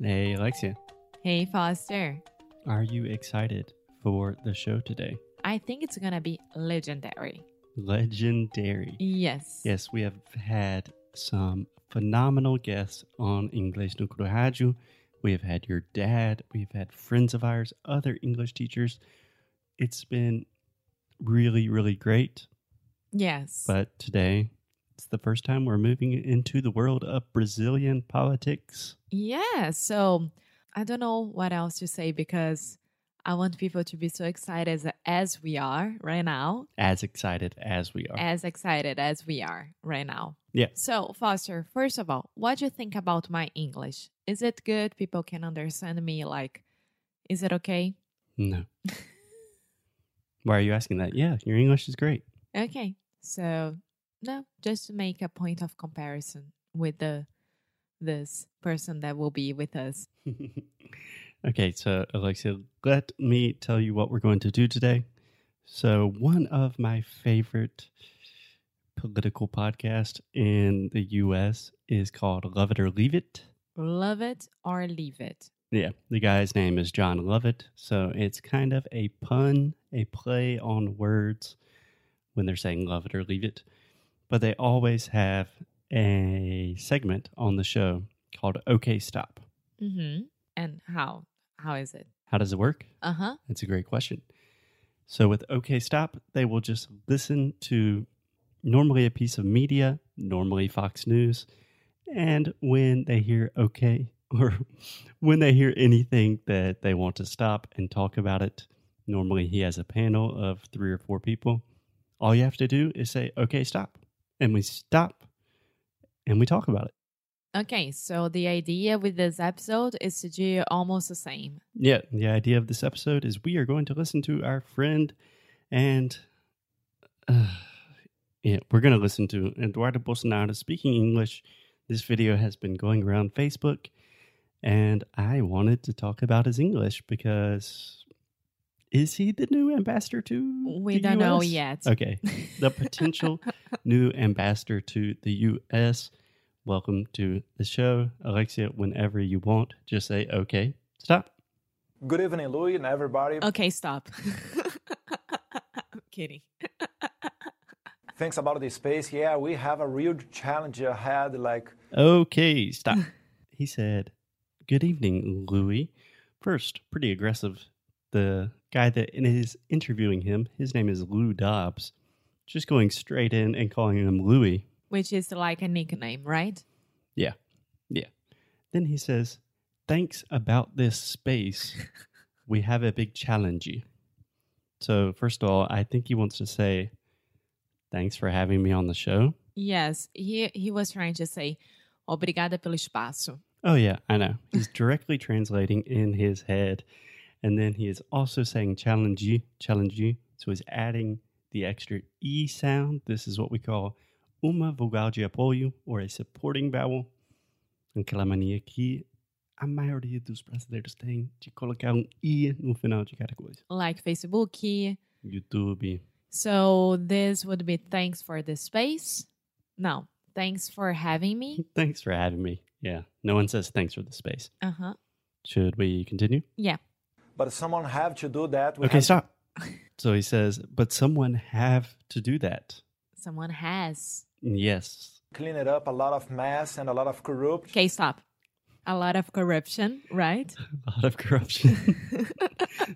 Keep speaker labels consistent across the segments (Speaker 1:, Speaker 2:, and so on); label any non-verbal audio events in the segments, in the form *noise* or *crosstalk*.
Speaker 1: Hey, Alexia,
Speaker 2: Hey, Foster.
Speaker 1: are you excited for the show today?
Speaker 2: I think it's gonna be legendary.
Speaker 1: Legendary.
Speaker 2: Yes.
Speaker 1: Yes, we have had some phenomenal guests on Inglés no Curo Rádio. We have had your dad, we've had friends of ours, other English teachers. It's been really, really great.
Speaker 2: Yes.
Speaker 1: But today, it's the first time we're moving into the world of Brazilian politics.
Speaker 2: yeah. So I don't know what else to say because I want people to be so excited as, as we are right now,
Speaker 1: As excited as we are.
Speaker 2: as excited as we are right now.
Speaker 1: Uh-huh. Yeah.
Speaker 2: So, Foster, first of all, what do you think about my English? Is it good? People can understand me. Like, is it okay?
Speaker 1: No. Why are you asking that? Yeah, your English is great.
Speaker 2: Okay. So no, just to make a point of comparison with the this person that will be with us.
Speaker 1: *laughs* okay, so Alexia, let me tell you what we're going to do today. So, one of my favorite political podcasts in the US is called Love It or Leave It.
Speaker 2: Love it or leave it.
Speaker 1: Yeah, the guy's name is John Lovett. So it's kind of a pun, a play on words when they're saying love it or leave it. But they always have a segment on the show called OK Stop.
Speaker 2: Mm-hmm. And how? How is it?
Speaker 1: How does it work?
Speaker 2: Uh-huh.
Speaker 1: That's a great question. So with OK Stop, they will just listen to normally a piece of media, normally Fox News, and when they hear OK *laughs* or when they hear anything that they want to stop and talk about it, normally he has a panel of 3 or 4 people. All you have to do is say OK Stop. And we stop and we talk about it.
Speaker 2: Okay, so the idea with this episode is to do almost the same.
Speaker 1: Yeah, the idea of this episode is we are going to listen to our friend and uh, yeah, we're going to listen to Eduardo Bolsonaro speaking English. This video has been going around Facebook and I wanted to talk about his English because is he the new ambassador to
Speaker 2: We
Speaker 1: the
Speaker 2: don't know
Speaker 1: US?
Speaker 2: yet.
Speaker 1: Okay. The potential new ambassador to the US. Welcome to the show. Alexia, whenever you want, just say okay. Stop.
Speaker 3: Good evening, Louie, and everybody.
Speaker 2: *laughs* Okay, stop. *laughs* I'm kidding.
Speaker 3: Thanks about the space. Yeah, we have a real challenge ahead. Like,
Speaker 1: Okay, stop. *laughs* he said, Good evening, Louis. First, pretty aggressive. The guy that is interviewing him, his name is Lou Dobbs, just going straight in and calling him Louis.
Speaker 2: Which is like a nickname, right?
Speaker 1: Yeah. Yeah. Then he says, Thanks about this space. we have a big challenge. you." So, first of all, I think he wants to say, Thanks for having me on the show.
Speaker 2: Yes. He he was trying to say obrigada pelo espaço.
Speaker 1: Oh, yeah, I know. He's directly translating in his head. And then he is also saying challenge you, challenge you. So he's adding the extra E sound. This is what we call uma vogal de apoio, or a supporting vowel. Aquela mania que a maioria dos brasileiros tem de colocar um I no final de cada coisa.
Speaker 2: Like Facebook key.
Speaker 1: YouTube.
Speaker 2: So this would be thanks for the space. No, thanks for
Speaker 1: *laughs*
Speaker 2: having me.
Speaker 1: Thanks for having me. Yeah, no one says thanks for the space.
Speaker 2: Uh huh.
Speaker 1: Should we continue?
Speaker 2: Yeah.
Speaker 3: but someone have to do that. We
Speaker 1: Okay,
Speaker 3: have to-
Speaker 1: stop. so he says, but someone have to do that.
Speaker 2: Someone has.
Speaker 1: Yes.
Speaker 3: clean it up. A lot of mess and a lot of corrupt.
Speaker 2: Okay, stop. A lot of corruption, right?
Speaker 1: A lot of corruption.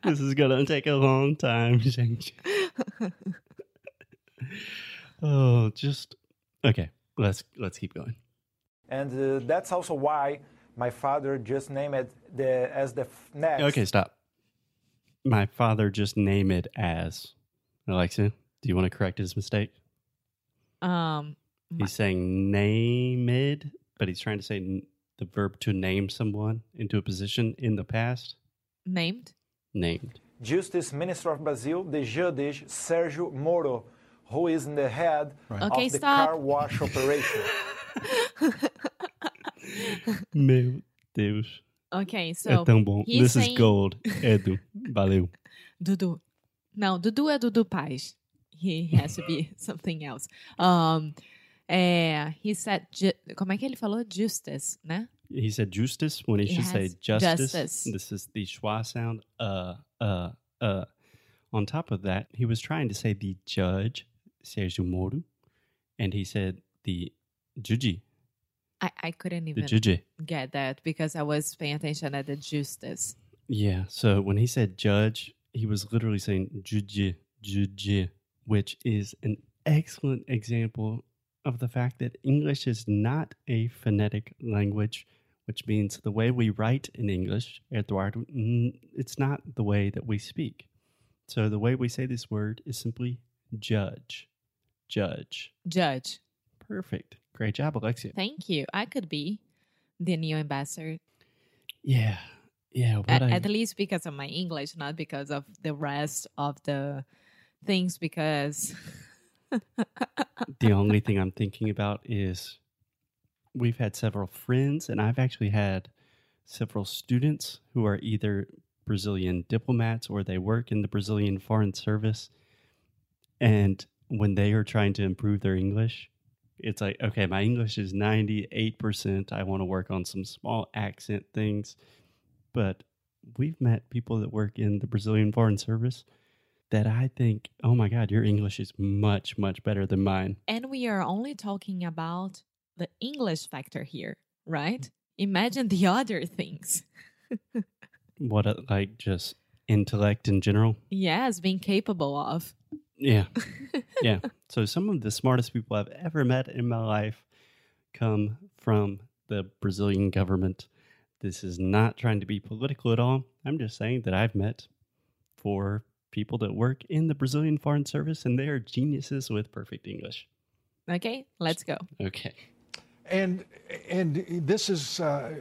Speaker 1: this is going to take a long time to change. oh, just okay. Let's let's keep going.
Speaker 3: And uh, that's also why my father just named it the as the f- next.
Speaker 1: Okay, stop. My father just named it as Alexa. Do you want to correct his mistake?
Speaker 2: Um.
Speaker 1: He's saying named, but he's trying to say n- the verb to name someone into a position in the past.
Speaker 2: Named.
Speaker 1: Named.
Speaker 3: Justice Minister of Brazil, the judge Sergio Moro, who is in the head
Speaker 2: Okay,
Speaker 3: of the
Speaker 2: stop.
Speaker 3: car wash operation.
Speaker 1: Meu Deus.
Speaker 2: Okay, so
Speaker 1: É tão bom.
Speaker 2: he's
Speaker 1: This
Speaker 2: saying-
Speaker 1: is gold.
Speaker 2: *laughs*
Speaker 1: Edu. Valeu.
Speaker 2: Dudu. Não, Dudu é Dudu Paz. He has to be *laughs* something else. Um, é, he said, ju- como é que ele falou? Justice, né?
Speaker 1: He said justice when he
Speaker 2: It
Speaker 1: should say
Speaker 2: has
Speaker 1: justice.
Speaker 2: justice.
Speaker 1: This is the schwa sound. Uh, uh, uh. On top of that, he was trying to say the judge, Sergio Moro, and he said the juji,
Speaker 2: I, I couldn't
Speaker 1: the
Speaker 2: even
Speaker 1: juji.
Speaker 2: get that because I was paying attention at the justice.
Speaker 1: Yeah. So when he said judge, he was literally saying juji, juji, which is an excellent example of the fact that English is not a phonetic language, which means the way we write in English, Eduardo, n- it's not the way that we speak. So the way we say this word is simply judge, judge.
Speaker 2: Judge,
Speaker 1: Perfect. Great job, Alexia.
Speaker 2: thank you. I could be the new ambassador
Speaker 1: Yeah. Yeah. What
Speaker 2: at,
Speaker 1: I-
Speaker 2: at least because of my English, not because of the rest of the things. Because
Speaker 1: *laughs* the only thing I'm thinking about is we've had several friends, and I've actually had several students who are either Brazilian diplomats or they work in the Brazilian Foreign Service. And when they are trying to improve their English, it's like, okay, my English is 98%. I want to work on some small accent things. But we've met people that work in the Brazilian Foreign Service that I think, oh my God, your English is much, much better than mine.
Speaker 2: and we are only talking about the English factor here, right? Imagine the other things.
Speaker 1: What, uh, like just intellect in general?
Speaker 2: Yes, being capable of.
Speaker 1: Yeah. yeah. So some of the smartest people I've ever met in my life come from the Brazilian government. This is not trying to be political at all. I'm just saying that I've met four people that work in the Brazilian Foreign Service and they are geniuses with perfect English.
Speaker 2: Okay, let's go. *laughs*
Speaker 1: Okay.
Speaker 4: And and this is uh,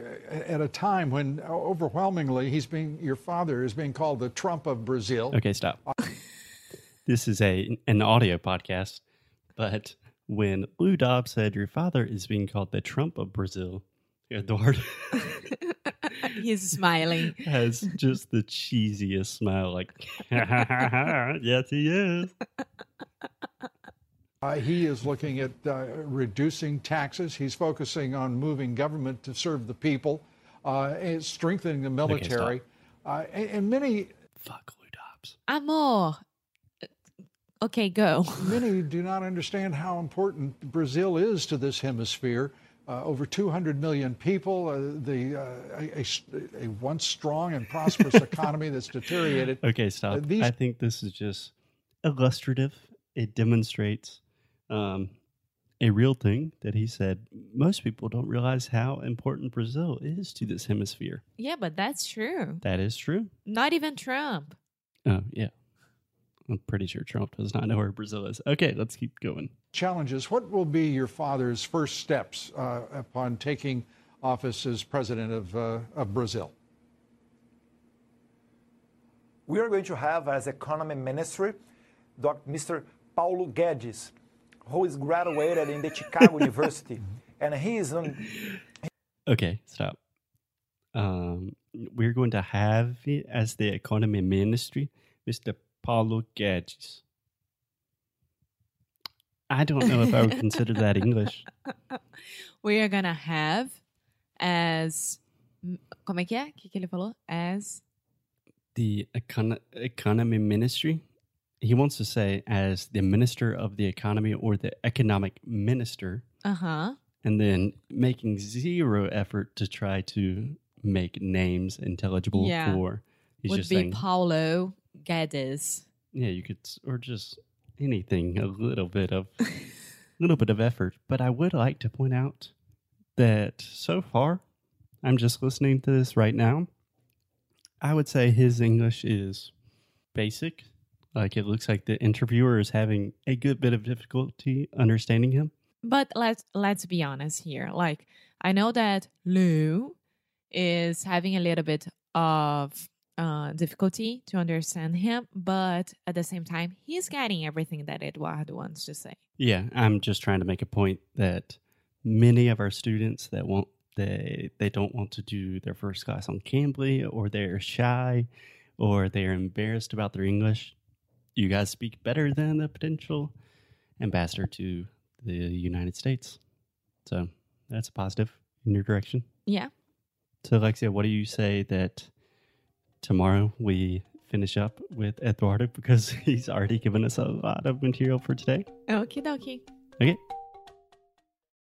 Speaker 4: at a time when overwhelmingly he's being your father is being called the Trump of Brazil.
Speaker 1: Okay, stop. this is a an audio podcast, but when Lou Dobb said your father is being called the Trump of Brazil, Eduardo
Speaker 2: He's smiling.
Speaker 1: *laughs* has just the cheesiest smile, like *laughs* yes, he is.
Speaker 4: Uh, he is looking at uh, reducing taxes. He's focusing on moving government to serve the people, uh, and strengthening the military, uh, and, and many
Speaker 1: Fuck Lou Dobbs.
Speaker 2: Amor. Uh, Okay, go. *laughs*
Speaker 4: Many do not understand how important Brazil is to this hemisphere. Uh, over 200 million people, uh, the, uh, a, a s- a once strong and prosperous economy that's deteriorated.
Speaker 1: Okay, stop.
Speaker 4: Uh, these-
Speaker 1: I think this is just illustrative. It demonstrates um, a real thing that he said. Most people don't realize how important Brazil is to this hemisphere.
Speaker 2: Yeah, but that's true.
Speaker 1: That is true.
Speaker 2: Not even Trump.
Speaker 1: Oh, yeah. I'm pretty sure Trump does not know where Brazil is. Okay, let's keep going.
Speaker 4: Challenges. What will be your father's first steps uh, upon taking office as president of, uh, of Brazil?
Speaker 3: We are going to have as economy ministry Doc, Mr. Paulo Guedes, who is graduated in the Chicago *laughs* University, and he is on
Speaker 1: Okay, stop. Um, we're going to have it as the economy ministry, Mr. Paulo Guedes. I don't know if I would consider that English.
Speaker 2: We are gonna have as como é que é? O que, que ele falou? As
Speaker 1: The econ- economy ministry. He wants to say as the minister of the economy or the economic minister.
Speaker 2: uh-huh.
Speaker 1: and then making zero effort to try to make names intelligible
Speaker 2: Yeah.
Speaker 1: for he's
Speaker 2: would
Speaker 1: just
Speaker 2: be
Speaker 1: saying
Speaker 2: Paulo Guedes.
Speaker 1: yeah you could s- or just anything a little bit
Speaker 2: *laughs*
Speaker 1: of a little bit of effort but i would like to point out that so far i'm just listening to this right now i would say his english is basic like it looks like the interviewer is having a good bit of difficulty understanding him
Speaker 2: But let's let's be honest here. Like I know that Lou is having a little bit of uh, difficulty to understand him, but at the same time, he's getting everything that Eduardo wants to say.
Speaker 1: Yeah, I'm just trying to make a point that many of our students that won't they they don't want to do their first class on Cambly or they're shy or they're embarrassed about their English. You guys speak better than the potential ambassador to the United States. So that's a positive in your direction.
Speaker 2: Yeah,
Speaker 1: So, Alexia, what do you say that tomorrow we finish up with *laughs* Eduardo because he's already given us a lot of material for today?
Speaker 2: Okie dokie.
Speaker 1: Okay,